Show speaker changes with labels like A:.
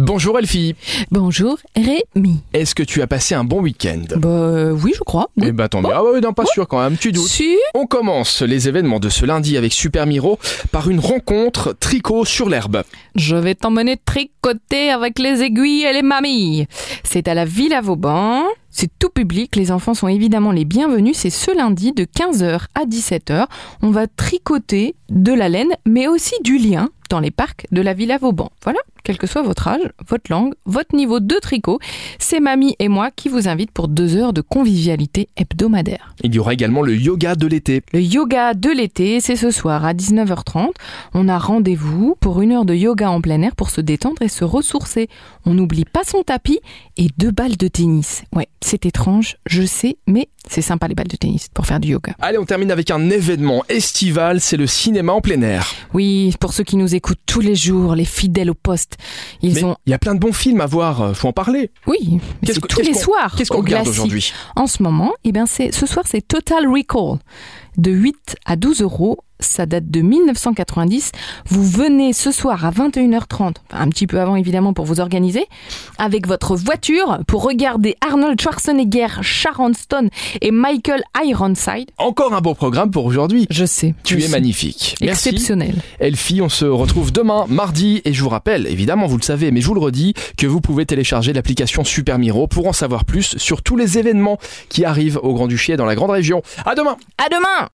A: Bonjour Elfie,
B: Bonjour Rémi.
A: est-ce que tu as passé un bon week-end
B: Bah euh, oui, je crois. Oui.
A: Eh ben tant mieux. Ah ouais, non, pas sûr quand même, tu doutes.
B: Su-
A: On commence les événements de ce lundi avec Super Miro par une rencontre tricot sur l'herbe.
B: je vais t'emmener tricoter avec les aiguilles et les mamies. C'est à la Villa Vauban. C'est tout public, les enfants sont évidemment les bienvenus. C'est ce lundi de 15h à 17h. On va tricoter de la laine, mais aussi du lien dans les parcs de la Villa Vauban. Voilà, quel que soit votre âge, votre langue, votre niveau de tricot, c'est Mamie et moi qui vous invitent pour deux heures de convivialité hebdomadaire.
A: Il y aura également le yoga de l'été.
B: Le yoga de l'été, c'est ce soir à 19h30. On a rendez-vous pour une heure de yoga en plein air pour se détendre et se ressourcer. On n'oublie pas son tapis et deux balles de tennis. Ouais, c'est étrange, je sais, mais c'est sympa les balles de tennis pour faire du yoga.
A: Allez, on termine avec un événement estival, c'est le cinéma en plein air.
B: Oui, pour ceux qui nous écoutent tous les jours, les fidèles au poste, ils
A: Mais
B: ont...
A: il y a plein de bons films à voir, euh, faut en parler.
B: Oui, mais
A: Qu'est-ce
B: c'est
A: que-
B: tous
A: qu'est-ce
B: les
A: qu'on-
B: soirs.
A: Qu'est-ce qu'on
B: au
A: regarde
B: glacis.
A: aujourd'hui
B: En ce moment, eh bien c'est ce soir c'est Total Recall de 8 à 12 euros. Ça date de 1990. Vous venez ce soir à 21h30, enfin, un petit peu avant évidemment pour vous organiser, avec votre voiture pour regarder Arnold Schwarzenegger, Sharon Stone et Michael Ironside.
A: Encore un beau programme pour aujourd'hui.
B: Je sais.
A: Tu es magnifique. Merci.
B: Exceptionnel.
A: Elfie, on se retrouve demain, mardi, et je vous rappelle, évidemment, vous le savez, mais je vous le redis, que vous pouvez télécharger l'application Super Miro pour en savoir plus sur tous les événements qui arrivent au Grand-Duché et dans la Grande Région. À demain!
B: À demain.